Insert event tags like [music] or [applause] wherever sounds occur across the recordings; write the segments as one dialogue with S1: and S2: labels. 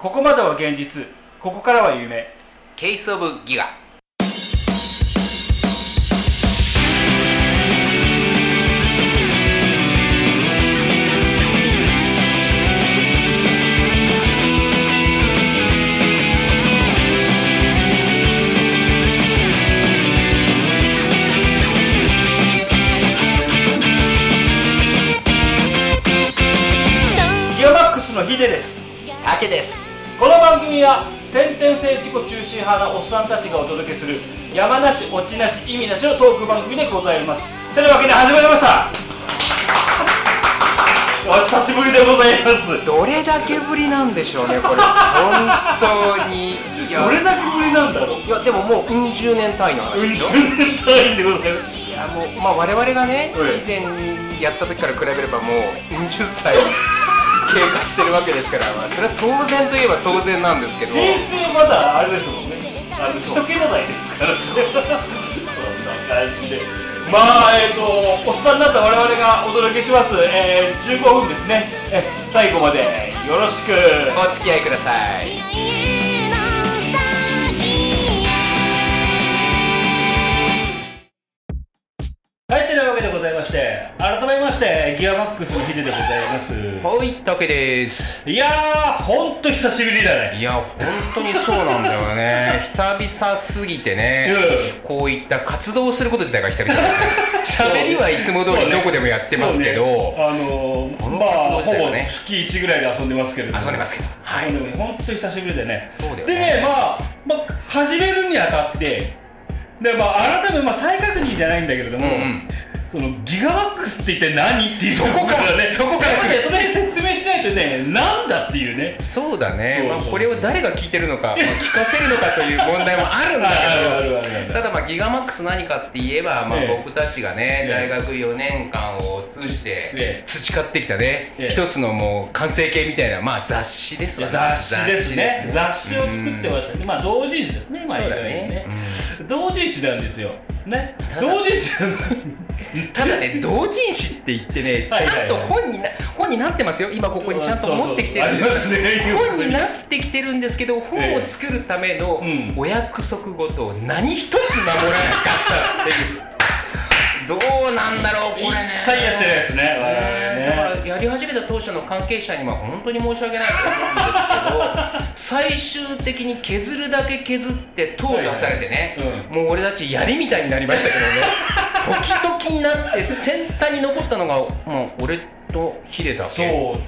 S1: ここまでは現実ここからは夢
S2: ケースオブギガ
S1: ギアマックスのヒデです
S2: タケです
S1: この番組は先天性自己中心派なおっさんたちがお届けする山なしオチなし意味なしのトーク番組でございますというわけで始まりましたお久しぶりでございます
S2: どれだけぶりなんでしょうねこれ本当にいや
S1: どれだけぶりなんだろう
S2: いやでももううん十年単位の話
S1: うん
S2: で
S1: [laughs]
S2: しょ
S1: 年単位でございます
S2: いやもうまあ我々がね
S1: うん
S2: 以前やった時から比べればもううん十歳 [laughs] 経過してるわけですから、まあ、それは当然といえば当然なんですけど
S1: 平成まだあれですもんねあの一桁台ですからそそんな感じでまあえっ、とおっさんになった我々がお届けします、えー、15分ですねえ最後までよろしく
S2: お付き合いください
S1: はいというわけでございまして改めましてギアマックスのヒデでございます
S2: はいタケです
S1: いやーほんと久しぶりだね
S2: いや本当にそうなんだよね [laughs] 久々すぎてね
S1: う
S2: こういった活動をすること自体が久
S1: [laughs]
S2: 々だね喋りはいつも通りどこでもやってますけど、
S1: そうねあのー
S2: この
S1: まあ
S2: 活
S1: ほ
S2: 動自体
S1: ぼ
S2: はね
S1: 月1ぐらいで遊んでますけれども
S2: 遊んでますけど
S1: はい、本当に久しぶりでね。
S2: そうだよ
S1: で
S2: ね
S1: ね、まあ、まあ、始めるにあたって、で、まあ、改め、まあ、再確認じゃないんだけれども、
S2: うんうん
S1: そのギガワックスって一体何っていう
S2: そこから
S1: [laughs] ね、
S2: そこから
S1: やっぱりねそれ説明しないとね、なんだっていうね。
S2: そうだね
S1: そう
S2: まあ、これを誰が聞いてるの
S1: [laughs]
S2: か、まあ聞かせるのかという問題もあるんだ
S1: あるあるあるあ
S2: け
S1: る
S2: どただまあギガマックス何かって言えば、まあ
S1: ええ
S2: 僕たちがね、
S1: ええ
S2: 大学4年間を通じ
S1: ええ
S2: て培ってきたね、
S1: ええ
S2: 一つのもう完成形みたいな、まあ、雑誌ですわ
S1: 雑誌ですね。雑誌を作ってま
S2: し
S1: したね。まあ、同人誌ですね、まあ、
S2: そうだね
S1: いわゆる同人誌なんですよ。ね
S2: た。だ
S1: 同人誌
S2: [laughs]
S1: なんだ
S2: ただね同人誌って言ってね
S1: はい
S2: ち
S1: は
S2: ゃ
S1: い
S2: んと本にな本になってますよ今ここにちゃんと持ってきて
S1: そうそうそうあり
S2: るんで
S1: ますすね。
S2: 本になってきてるんですけど本を作るための
S1: うん
S2: お約束ごとを何一つ守らなかったっていうどうなんだろうこれね
S1: 一切やってないですね
S2: ねだからやり始めた当初の関係者には本当に申し訳ないと思うんですけど
S1: [laughs]
S2: 最終的に削るだけ削って塔がされてね
S1: はいはいうん
S2: もう俺たち槍みたいになりましたけどね
S1: [laughs]
S2: 時々になって先端に残ったのがもう俺とヒデだけ
S1: そ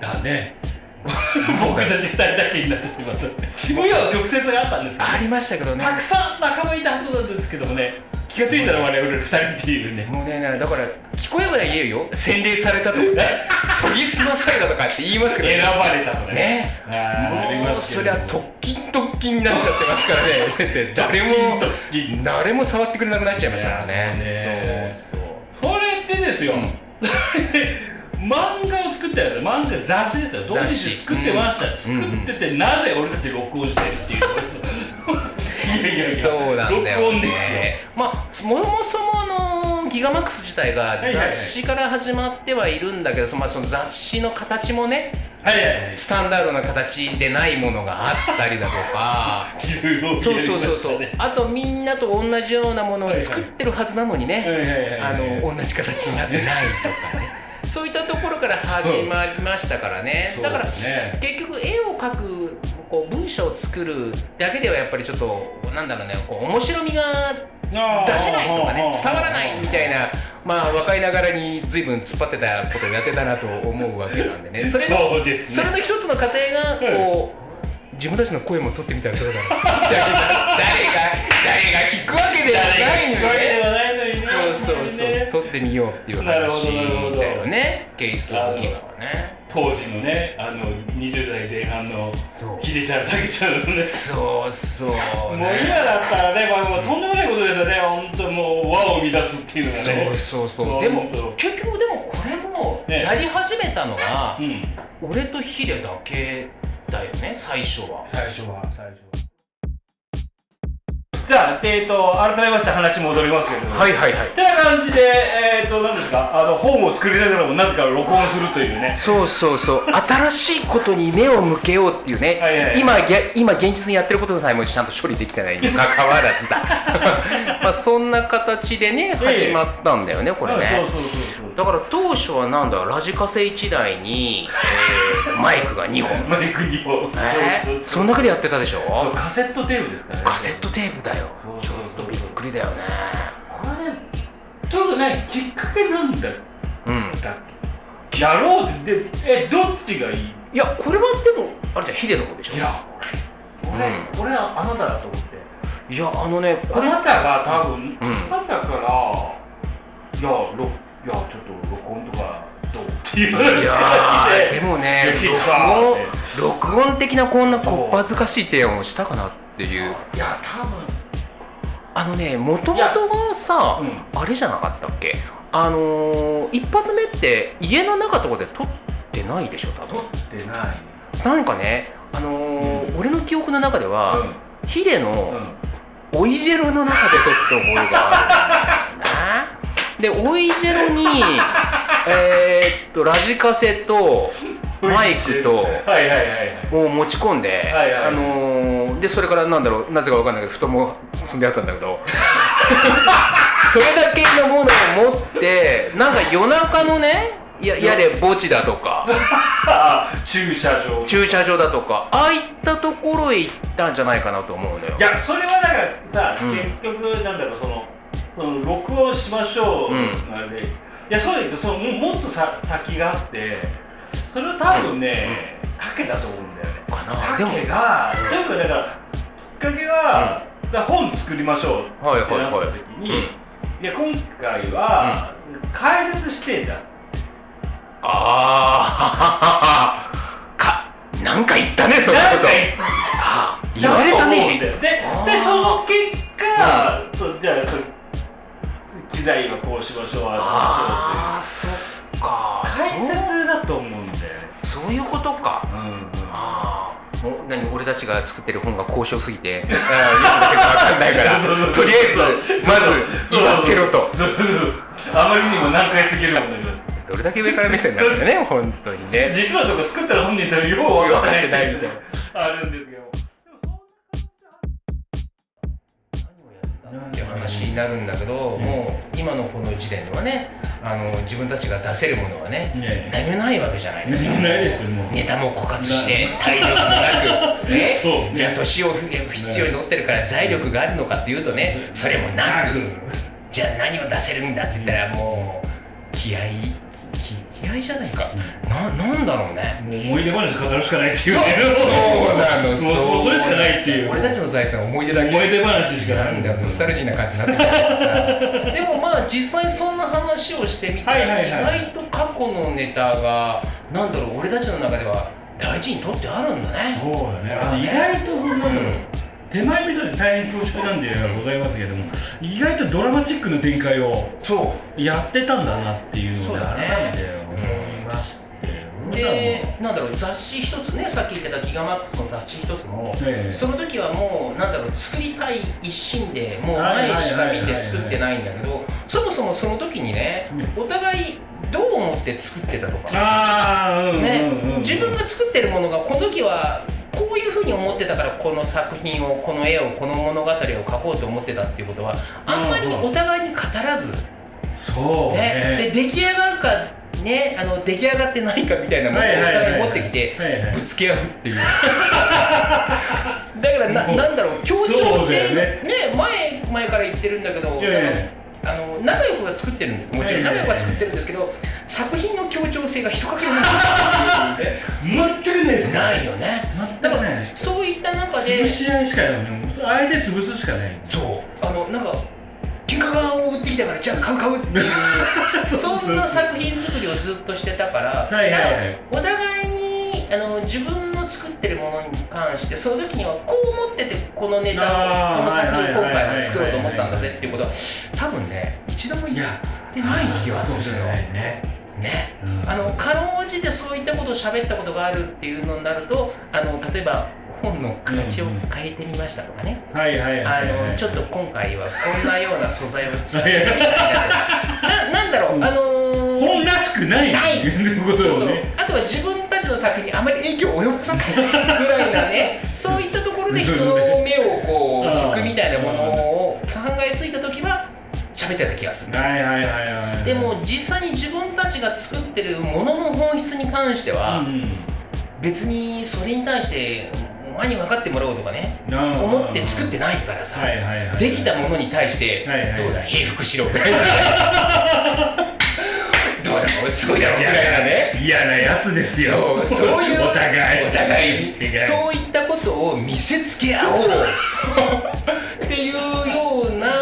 S1: うだね [laughs] 僕たち二人だけになってしまった渋谷は直接があったんですけど
S2: ありましたけどね
S1: たくさん仲間いたはずなんですけどもね気がついたら我々二人っていうね
S2: もうねだから聞こえば言えよ洗礼されたとかね研ぎ澄まされたとかって言いますけど
S1: 選ばれたとかね
S2: ね
S1: あーあり
S2: も
S1: ま
S2: う
S1: すけ
S2: そ
S1: ど
S2: りゃ突起突起になっちゃってますからね [laughs] 先生誰も
S1: ドッキンドッキン
S2: 誰も触ってくれなくなっちゃいましたからね
S1: ねこれってですよ、
S2: うん
S1: [laughs] 漫画を作ったやつ漫画雑誌ですよ同
S2: 雑
S1: 時
S2: 誌
S1: 誌作ってました、
S2: うん
S1: 作っててなぜ俺たち録音してるっていういやいやいや
S2: [laughs] そうなんだよ、ね、
S1: 録音ですよ
S2: まあそもそもあのギガマックス自体が
S1: いはいはい
S2: 雑誌から始まってはいるんだけど、そまあ、その雑誌の形もね
S1: はいはいはい
S2: スタンダードな形でないものがあったりだとか
S1: い [laughs] ろいろ
S2: [laughs] そう
S1: やり
S2: そ
S1: ま
S2: う
S1: した
S2: そうそう、
S1: ね
S2: あとみんなと同じようなものを作ってるはずなのにね、
S1: はいはいはい
S2: あの同じ形になってないとかねそういったところから始まりましたからねだから
S1: そうね
S2: 結局絵を描くこう文章を作るだけではやっぱりちょっとなんだろうねこう面白みが出せないとかね伝わらないみたいなまあ若いながらに随分突っ張ってたことをやってたなと思うわけなんでねそれの
S1: そうです
S2: そ
S1: ね
S2: れの一つの過程がこう自分たちの声も取ってみたらどうだろう誰が誰が聞くわけではないのよね
S1: ないのにね
S2: そうそうそう取ってみようっていう
S1: なるほ
S2: 話
S1: どなるほど
S2: だよねケースの時はね
S1: 当時のねあの20代前半の
S2: そう
S1: キレちゃうタケちゃうのね
S2: そうそう
S1: もう今
S2: ね
S1: だったらねこれもうとんでもないことですよね本当もう和を生み出すっていうのがね
S2: そうそう
S1: も
S2: そううでも
S1: 本当
S2: 結局でもこれも
S1: ね
S2: やり始めたのが
S1: うん
S2: 俺とヒデだけだよね最初は
S1: 最初は最初はじゃあ、えー、と改めまして話戻りますけれども、
S2: はいはいはい
S1: てな感じで、えー、と何ですかあのホームを作りながらもなぜか録音するというね
S2: そうそうそう新しいことに目を向けようっていうね、
S1: はいはいはい
S2: 今ぎゃ今現実にやってることさえもちゃんと処理できてないにもかかわら [laughs] ずだまあそんな形でね
S1: え
S2: 始
S1: え
S2: まったんだよねこれ
S1: はいそう
S2: ね
S1: そうそうそ
S2: だから当初はなんだラジカセ1台に、
S1: [laughs]
S2: えーマイクが2本
S1: うマイクにも、
S2: え
S1: そうそう
S2: ー
S1: そ
S2: そ
S1: うん
S2: なことやってたでし
S1: そう
S2: ょ
S1: カセットテープですからね
S2: カセットテープだよ
S1: そう
S2: ちょっとびっくりだよね
S1: あれというかねきっかけなんだっ
S2: うん
S1: けやろうってでえどっちがいい
S2: いやこれはでもあれじゃんヒデの方でしょ
S1: いや俺俺,、俺はあなただと思って
S2: いやあのね
S1: あ [laughs]
S2: これ
S1: なたが多分、
S2: うん
S1: あなたからいやろいやちょっと録音とかどうっていう話
S2: いやーでもね
S1: いやいい
S2: 録
S1: さ
S2: 音録音的なこんなこっぱずかしい提案をしたかなっていう
S1: いや多分
S2: あのねもともとはさ
S1: うん
S2: あれじゃなかったっけあのー一発目って家の中とかで撮ってないでしょ多分
S1: 撮ってない
S2: なんかねあのー
S1: う
S2: 俺の記憶の中では、ヒデ
S1: うんうん
S2: のオイジェロの中で撮った覚えがあるんだよなでオイジェ
S1: [laughs]
S2: ロにえーっとラジカセとマイクと
S1: はいはいはいはい
S2: を持ち込んで、
S1: はいはい
S2: あのーでそれからなんだろうなぜかわかんないけど布団も積んであったんだ
S1: [laughs]
S2: けどそれだけのものを持ってなんか夜中のねいややで墓地だとか
S1: あー駐車場
S2: 駐車場だとかああいったところへ行ったんじゃないかなと思うのよ
S1: いやそれはだからさ、
S2: うん
S1: 結局なんだろうそのその録音しましょう、
S2: うん
S1: あれでいやそうだけどそのももっとさ先があってそれは多分ね、竹だと思うんだよね
S2: かなでも
S1: 竹がというかだからきっかけは、だから本作りましょう
S2: はい
S1: って
S2: は
S1: ないっ
S2: はい
S1: た時に、いや今回は、解説してんだ
S2: ああかなんか言ったねそんなことああ言われた
S1: だと思うんだ
S2: ね
S1: よで
S2: あー
S1: でその結果、そうじゃあその機材はこうしましょうあ
S2: ああそっか
S1: あしましょうっていう解説だと思うんだよね
S2: そうそういうことか
S1: うんうん
S2: ああもう何俺たちが作ってる本が高尚すぎて [laughs] ああよくわかんないから
S1: そうそうそう
S2: とりあえずまず言わせろと
S1: そうそうそうあまりにも難解すぎるもんだけど
S2: どれだけ上から目線なんだよね本当にね
S1: 実はとか作ったら本人とよう分かってないみたい
S2: 分か
S1: なあるんですけど
S2: って話になるんだけど、
S1: ん
S2: もう今のこの時点ではねあの自分たちが出せるものはね
S1: ね
S2: 何もないわけじゃないですか
S1: 何もないですよもう
S2: ネタも枯渇して体力
S1: [laughs]
S2: もなく、ね、
S1: そうね
S2: じゃあ年を必要に乗ってるから財力があるのかっていうとねそれもなくじゃあ何を出せるんだって言ったらもう気合気気合じゃないかななんだろうね
S1: もう思い出話語るしかないっていうね
S2: そうなの
S1: もうそうそれしかないっていう
S2: 俺たちの財産は思い出だけ
S1: 思い出話しかな
S2: ないんだよノスタルジーな感じになってきたからさでもまあ実際そんな話をしてみて、
S1: はいはいはい
S2: 意外と過去のネタがなんだろう俺たちの中では大事にとってあるんだね
S1: そうだねあの意外とそんなの、手前味噌で大変恐縮なんでございますけども意外とドラマチックな展開を
S2: そ
S1: やってたんだなっていうの
S2: そう
S1: で
S2: だね
S1: 改めて思いまして
S2: うでなんだろう雑誌一つねさっき言ってたギガマックスの雑誌一つも
S1: え
S2: その時はもうなんだろう作りたい一心でもう
S1: はい
S2: 前
S1: はい
S2: し
S1: はいは
S2: か
S1: い
S2: 見て作ってないんだけどそもそもその時にねお互いどう思って作ってたとか
S1: ああうん
S2: ね
S1: うんうん、
S2: 自分が作ってるものがこの時はこういうふうに思ってたからこの作品をこの絵をこの物語を描こうと思ってたっていうことはあんまりお互いに語らず、
S1: そう
S2: ね、で
S1: ね
S2: 出来上がるか、ね、あの出来上がってないかみたいなものをお
S1: はいはいはい
S2: 互い持ってきて
S1: はいはい
S2: ぶつけ合うっていう。だからななんだろう協調
S1: そうだ
S2: 性
S1: よね
S2: ね前前から言ってるんだけど
S1: いやいやいや
S2: あの仲良くは作ってるんですもちろん仲良くは作ってるんですけど作品の協調性が一かけもないっていうね
S1: 全くない [laughs] です
S2: ないよね
S1: 全くない
S2: そういった中で
S1: 潰し合いしかないもんね相手潰すしかない
S2: そうあのなんか喧嘩がを売ってきたからじゃあ買う買うっていうそんな作品作りをずっとしてたから
S1: はいはいはい
S2: お互いにあの自分の作ってるものに関してその時にはこう思っててこのネタ
S1: あー
S2: をこの作
S1: はい
S2: 品
S1: は
S2: 今
S1: いはいはい
S2: 回は作ろうと思ったんだぜっていうことは多分ね一度も言ってない気がする
S1: そう
S2: の
S1: じゃ
S2: ね
S1: ないね、うん
S2: あのかろうじてそういったことを喋ったことがあるっていうのになるとあの例えば本の形を変えてみましたとかね、
S1: はいはい
S2: あ
S1: はいはい、
S2: のちょっと今回はこんなような素材を使ってみ
S1: はい
S2: たいなななんだろう、
S1: うん
S2: あのー
S1: 本らしくない
S2: ない
S1: っていうこと
S2: そう
S1: よ
S2: そう
S1: ね
S2: あとは自分たちの作品にあまり影響を及ぼさないぐらいなね
S1: [laughs]
S2: そういったところで人の目をこ
S1: あ
S2: う
S1: あ
S2: 引くみたいなものを考えついた時は喋ってた気がする
S1: はいはいはいはい
S2: でも実際に自分たちが作ってるものの本質に関して
S1: う
S2: は
S1: ん
S2: 別にそれに対してお前に分かってもらおうとかね
S1: あー
S2: 思って作ってないからさ
S1: はいはいはい
S2: できたものに対して
S1: はいはい
S2: どうだ平服しろ
S1: [laughs]
S2: ぐらいなどうだおいすごいだろぐらいなね
S1: 嫌なやつですよ
S2: そうそういう
S1: お互い
S2: お互い
S1: そう
S2: そういったことを見せつけ合おうっていうような、
S1: は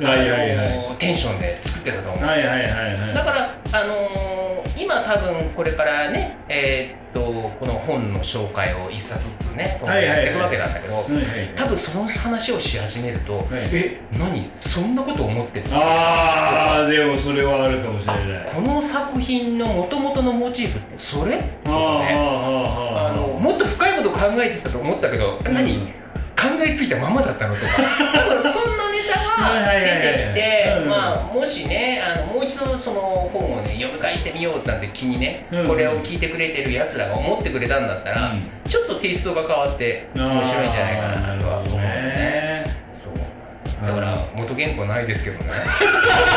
S1: いはいはい
S2: あのテンションで作ってたと思う、
S1: はいはいはいはい
S2: だから、あのー今多分これからねえーっとこの本の紹介を一冊ずつね
S1: はいはいはい
S2: やっていくわけなんだけど、
S1: はいはい
S2: 多分その話をし始めると、
S1: はい
S2: え何そんなこと思ってる
S1: ああでもそれはあるかもしれない
S2: この作品の元々のモチーフってそれ
S1: あー
S2: と
S1: あ
S2: かね
S1: ーあー
S2: あのもっと深いことを考えてたと思ったけど、
S1: うん
S2: 何考えついたままだったのとか多分そんなネタ
S1: [laughs]
S2: が
S1: はいはいはいはい
S2: 出てきて
S1: うん
S2: まあもしねあのもう一度その本をね読み返してみようなんて気にね、
S1: うん
S2: これを聞いてくれてるやつらが思ってくれたんだったら、
S1: うん
S2: ちょっとテイストが変わって面白いんじゃないかなとは思う
S1: あー
S2: よ
S1: な
S2: ね。
S1: る
S2: そうだから元原稿ないですけどね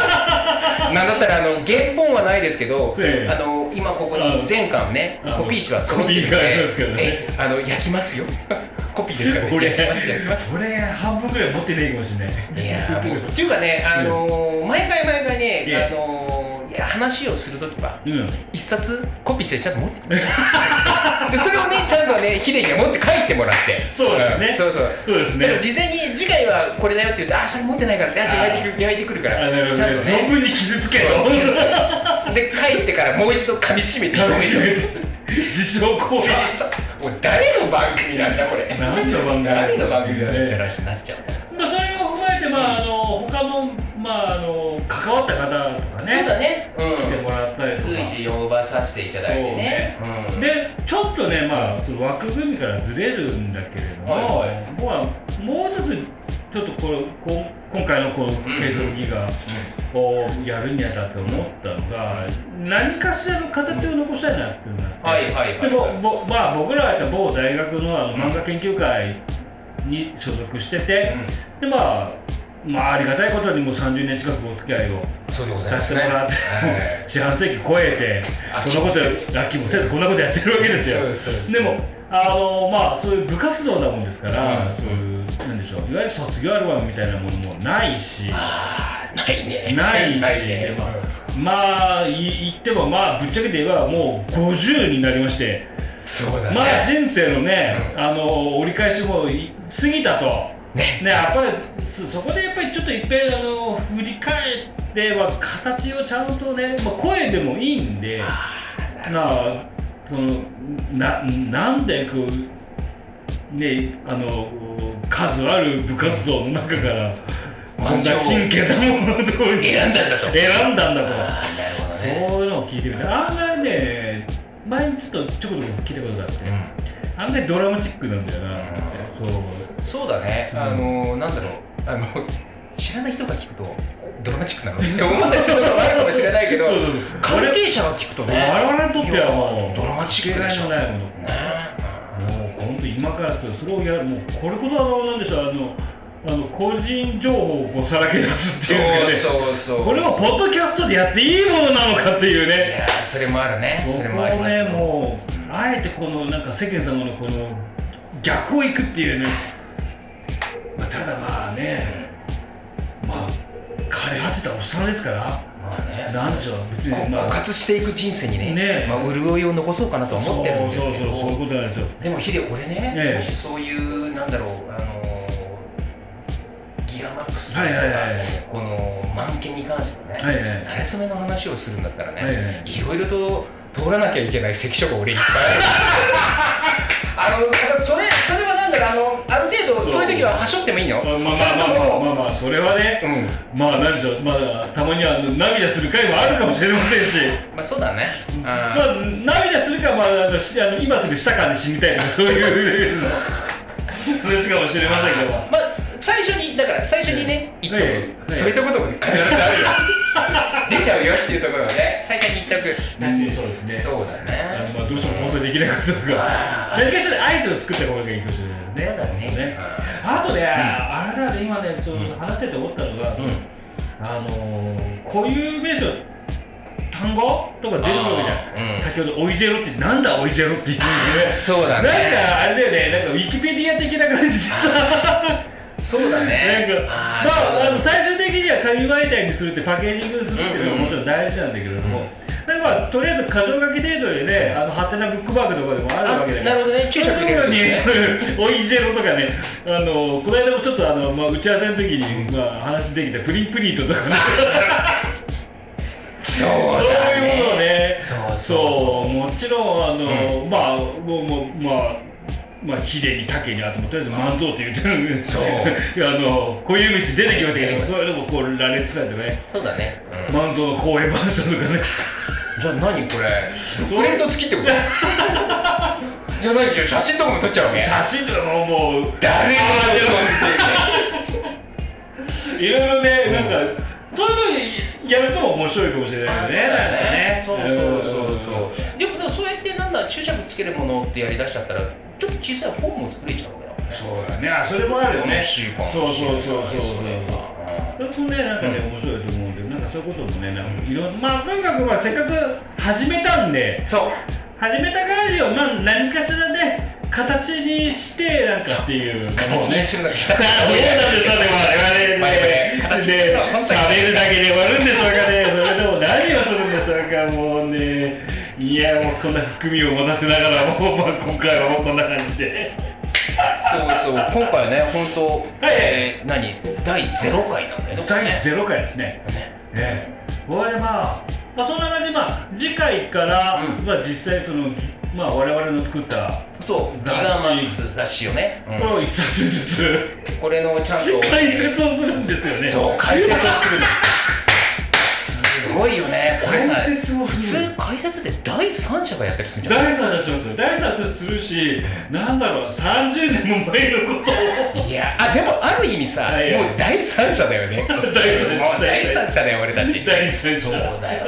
S2: [laughs] なんだったらあの原本はないですけど、
S1: ええ
S2: あの今ここに全巻ね
S1: ああ
S2: コピー紙が揃ってる
S1: コピーがありますけどね
S2: ええあの焼きますよ [laughs] コピーですから、
S1: ほどねこ
S2: ね、
S1: れ
S2: 焼きます焼きます
S1: これ半分ぐらい持ってないかもしれない
S2: いや
S1: そうい
S2: ーも
S1: う
S2: う
S1: こ
S2: っていうかね、あのー毎回毎回
S1: え
S2: ね
S1: え、
S2: あのーいや話をするときは
S1: とうん
S2: 一冊コピーしてちゃんと
S1: [laughs]
S2: 持ってくるでそれをねちゃんとねヒデには持って帰ってもらって
S1: そうですね
S2: んそうそう
S1: そうです
S2: だから
S1: ね
S2: 事前に次回はこれだよって言ってあそれ持ってないからねあじゃあ焼いてくる焼いてくるか
S1: あ
S2: ら
S1: なるほどね
S2: ちゃん
S1: 存
S2: とね
S1: 分に傷つけろ
S2: そうで帰ってからもう一度噛み締めて
S1: 楽しめ
S2: て
S1: て自傷行為
S2: さあもう誰の番組なんだこれ
S1: 何の番組
S2: 誰の番組だっ
S1: ね
S2: て話になっちゃう
S1: まあそれを踏まえて、まあ、あの他の、まあ、あの関わった方とかね
S2: そうだねう
S1: 来て
S2: ん
S1: もらったりとか
S2: 随時呼ばさせていただいてねうん
S1: でちょっとね、まあ、その枠組みからずれるんだけれども、
S2: はいはい
S1: 僕はもう一つちょっとこれこ今回のこの継続ギガをやるにあたって思ったのが何かしらの形を残したいなっていうのがあって、
S2: はいはいは
S1: でも
S2: い
S1: ぼ、まあ、僕らはやっぱ某大学のあの
S2: うん
S1: 漫画研究会に所属してて、でまあ、まあありがたいことにもう30年近くお付き合いを
S2: うんそうでございま
S1: させ
S2: す
S1: て
S2: ね
S1: もらって、
S2: はい
S1: 四半世紀超え
S2: あ
S1: てこんなこと
S2: そうです
S1: やっきもせずこんなことやってるわけですよ
S2: そうですそうです
S1: でもあのまあそういう部活動だもんですから、
S2: うん
S1: そういうなんでしょういわゆる卒業アルバムみたいなものもないし
S2: あーないね
S1: ないし
S2: ないね
S1: でもまあい言ってもまあぶっちゃけて言えばもう50になりまして
S2: そうだね
S1: まあ人生のね、
S2: う
S1: あの折り返しもい過ぎたと。
S2: ね
S1: ね、やっぱりそそこでやっぱりちょっといっぺんあの振り返っては形をちゃんとね、まあ、声でもいいんでなあそのななんでこうねあの数ある部活動の中からこんな真剣なもののところに
S2: 選んだんだと
S1: 選んだん
S2: あ
S1: だ
S2: ーなる
S1: と
S2: ほど
S1: そ
S2: ね
S1: ういうのを聞いてみてあんなね前にちょっとちょこちょこ聞いたことがあって、
S2: うん
S1: あんなドラマチックなんだよなと思って
S2: [laughs]
S1: そう。
S2: そうだね、
S1: うん
S2: あのなんだろうあの知らない人が聞くとドラマチックなの [laughs] って思ったりすることもあるかもしれないけど
S1: そうそうそう
S2: 関係者が聞くとね
S1: 我々にとってはもう
S2: ドラマチック
S1: か
S2: で
S1: け
S2: し
S1: が
S2: ょ
S1: えの
S2: ね
S1: ないものもう本当今からですよそれをやるもうこれこそあのなんでしょうあのあの個人情報をこうさらけ出すっていうんですかね
S2: そうそうそう
S1: これをポッドキャストでやっていいものなのかっていう
S2: い
S1: ね
S2: やーそれもあるね
S1: そこ
S2: それもあり
S1: を
S2: ます
S1: ね
S2: よ
S1: もうあえてこのなんか世間様のこの逆をいくっていうね、まあ、ただまあねまあ枯れ果てたおっさんですから
S2: まあね
S1: なんでしょう別
S2: こ
S1: にま
S2: 枯
S1: あ
S2: 渇していく人生にね
S1: ね
S2: まあ、潤いを残そうかなとは思ってるんですけど
S1: そうそうそうそういうことなんですよ
S2: でもヒデ俺ね、
S1: ええ
S2: もしそういうなんだろうあのーギガマックスとか、
S1: はいはいはい
S2: この満研に関してね、
S1: はいはい
S2: 慣れ初めの話をするんだったらね、
S1: はい
S2: い
S1: はい
S2: ろいろと通らなきゃいけない関所が俺いっぱ
S1: [laughs]
S2: いあるあのだからそれそれはなんだろうあのある程
S1: そ
S2: 度
S1: う
S2: そういう時ははしょってもいいの
S1: まあまあまあまあまあまあそれはね、
S2: うん
S1: まあ何でしょうまあたまにはあの涙する回もあるかもしれませんし、
S2: まあそうだねうん
S1: まあ涙するかまああのしあの今すぐ下からで死にたいとかそういう話かもしれませんけど
S2: まあ最初にだから最初にね
S1: ええ
S2: 言っ
S1: え
S2: と
S1: え
S2: くそういったことも必ずあるよ [laughs] 出ちゃうよっていうところはね最初に言っとく
S1: うんそうですね
S2: そうだね
S1: まあどうしても放送できないこととか
S2: あ
S1: 何かしら合図を作った方がいいかもしれない
S2: ー
S1: です
S2: そうだね
S1: ねあとね、あれだね今ねそう
S2: うん
S1: 話してて思ったのが、
S2: うんうん
S1: あのー、固有名詞単語とか出るわけじゃん
S2: うん
S1: 先ほど「オイジェロ」ってなんだ「オイジェロ」 [laughs] って言ってるよね
S2: そう
S1: な
S2: だ
S1: ん
S2: ね
S1: かあれだよねなんかウィキペディア的な感じでさ
S2: そうだね
S1: なんか
S2: あ
S1: ま
S2: ー
S1: あ、あの最終的には紙媒体にするってパッケージングにするっていうのはもちろん大事なんだけれども、
S2: うん
S1: なんかまあとりあえず箇条書き程度でね、あのハテナブックマークとかでもあるわけだ
S2: あなるほどね
S1: そういうところに「おいゼロ」とかねあのこの間もちょっとあの、まあ、打ち合わせの時に、まあ、話できたプリンプリートとかね
S2: そう
S1: そう
S2: だ
S1: いうものをね
S2: そう
S1: そうもちろんあの、
S2: う
S1: まあもうもうまあまあヒデにタケにあともとりあえず万蔵って言ってる
S2: そう
S1: あのこういう飯出てきましたけ
S2: 出てき
S1: ど
S2: ま
S1: そ
S2: し
S1: れでもこう羅列したりとかね
S2: そうだねうん
S1: 万蔵の公演版したとかね
S2: じゃあ何これ
S1: そう
S2: プレート付きってことじゃあ何じゃあ写真とかも撮っちゃうわけ
S1: 写真とかももう
S2: 誰も
S1: いろいろねなんかそういうのやるとも面白いかもしれないよね
S2: そ
S1: なんか
S2: うだ
S1: ね
S2: ねそうそうそうそうでもでもそうやってなんだ注釈つけるものってやりだしちゃったらちょっと小さい本も作れちゃうからね
S1: そうだねあそれもあるよね
S2: 楽しいかも
S1: そうそうそうそうそう
S2: れは
S1: それもね、なんかね、面白いと思うんで、なんかそういうこともね、なんかいろんまあ、とにかく、まあ、せっかく始めたんで、
S2: そう
S1: 始めたからには、まあ、何かしらね、形にして、なんかっていう、もう
S2: 形に
S1: ね。
S2: するだけ
S1: さあ、どうなんでしょうね、我々ね、
S2: 我々形に
S1: で、
S2: 本当に
S1: [laughs] 喋るだけで終わるんでしょうかね、それでも何をするんでしょうか、もうね、いや、もうこんな含みを持たせながら、もう、まあ、今回はもうこんな感じで。
S2: そうそう今回ね本当
S1: はい
S2: えー何第0回なんだよねこれ
S1: 第
S2: ね
S1: ゼロ回ですね。
S2: ね
S1: ね、これまあ、まあ、そんな感じで、まあ、次回から、
S2: うん
S1: まあ、実際その、まあ、我々の作った、
S2: そうギガマンス雑誌をね
S1: こ
S2: う
S1: れ
S2: ん
S1: を一冊ずつ、
S2: これのちゃんと
S1: 解説をするんですよね。
S2: そう解説をするのすごいよねこれさ
S1: 解説を
S2: 普
S1: する
S2: 通解説で第三者がやったりするんじゃな
S1: 第三者しますよ。第三者するし、なんだろう、30年も前のことを。
S2: いいやあでもある意味さ
S1: はいはい
S2: もう [laughs] 第三者だよね
S1: 第三者
S2: もう第三者だよ俺たち
S1: 第三者
S2: そうだよ
S1: 大
S2: ね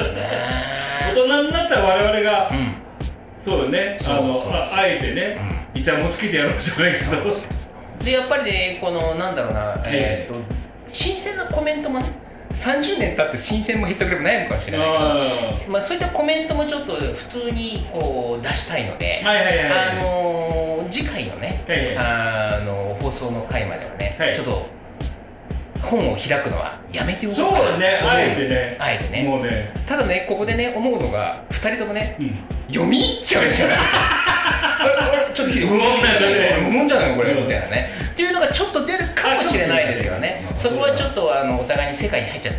S1: 人になった我々が、
S2: うん
S1: そうだね、あ
S2: そうそう
S1: の、ああえてね、いちゃもつけてやろうじゃないけど、
S2: でやっぱりねこのなんだろうな、えー、と新鮮なコメントもね30年経って新鮮も減ったくれもないのかもしれない
S1: あ
S2: けど、まあ、そういったコメントもちょっと普通にこう出したいので
S1: ー、はいはいはい。
S2: あのー次回のね、
S1: はいはい
S2: あの放送の回まではね、
S1: はい
S2: ちょっと本を開くのはやめておこう
S1: そうだね、あえてね。
S2: あえてね
S1: もうね、
S2: ただねここでね思うのが2人ともね
S1: うん、
S2: 読み入っちゃうんじ
S1: [laughs]
S2: ゃないあれあれちょっとひどい
S1: 無音だよね
S2: 無音じゃないこれ
S1: うん
S2: みたいなねっていうのがちょっと出るかもしれないですよね
S1: あ
S2: そ
S1: そうですね
S2: こはちょっとあのお互いに世界に入っちゃっ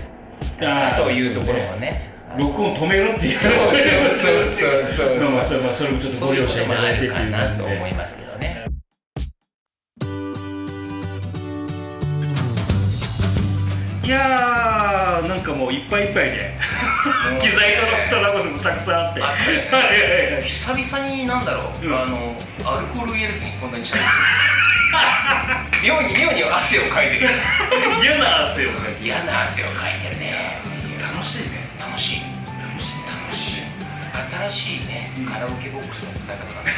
S2: たなというところもね
S1: 録音止めろって言って
S2: そうそうそうそうそう
S1: まあまあそれまあそれもちょっと
S2: そ
S1: ご
S2: うい
S1: 了
S2: うこと
S1: 承い
S2: も
S1: た
S2: あ
S1: だいてっ
S2: る
S1: て
S2: か
S1: いう
S2: な
S1: 感
S2: と
S1: じ
S2: 思い
S1: で
S2: ますけどね
S1: いやーなんかもういっぱいいっぱいで機材とのトラブルもたくさんあって
S2: あ
S1: はいはいはい
S2: 久々になんだろう、
S1: うん
S2: あのアルコールウイルスにこんなに近い [laughs] 妙に妙に汗を [laughs] かいてる
S1: 嫌な汗をかいて
S2: 嫌な汗をかいてるね
S1: 楽しいね
S2: 楽しい楽しい楽しい新しいねカラオケボックスの使い
S1: [laughs]
S2: 方だった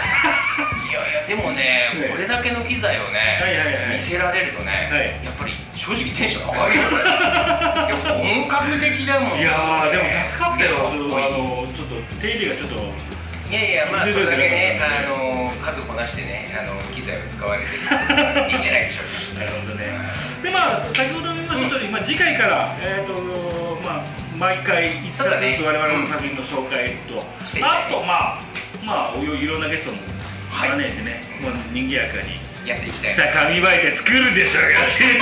S2: いやいやでもね
S1: ね
S2: これだけの機材を
S1: はいはいはい
S2: ね見せられるとね、
S1: はい
S2: やっぱり正直テンション上がる
S1: [laughs]
S2: よこれいや本格的だもん
S1: いやーでも助かったよあ
S2: すげえかっこいい
S1: のちょっと手入れがちょっと
S2: いやいやまあそれだけね
S1: 出て
S2: あ
S1: る
S2: の数こなしてねあの機材を使われてるいいんじゃないでしょう
S1: なるほどねでまあ先ほども言いました通りまあ次回からえっとまあ毎回一冊
S2: そうだね
S1: ずつ我々の作品の紹介と
S2: していきたい
S1: あとまあまあおよいろんなゲストも招いてねまあ賑やかに
S2: かやっていきたい
S1: さあ紙媒体作るでしょうが
S2: [laughs]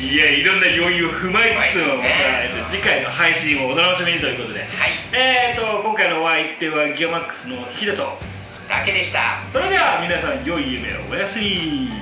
S1: いやいろんな要因を踏まえつつもまたえっと次回の配信をお楽しみにということで
S2: はい
S1: えっと今回のお相手はギガマックスのヒデと
S2: だけでした
S1: それでは皆さん良い夢をおやすみ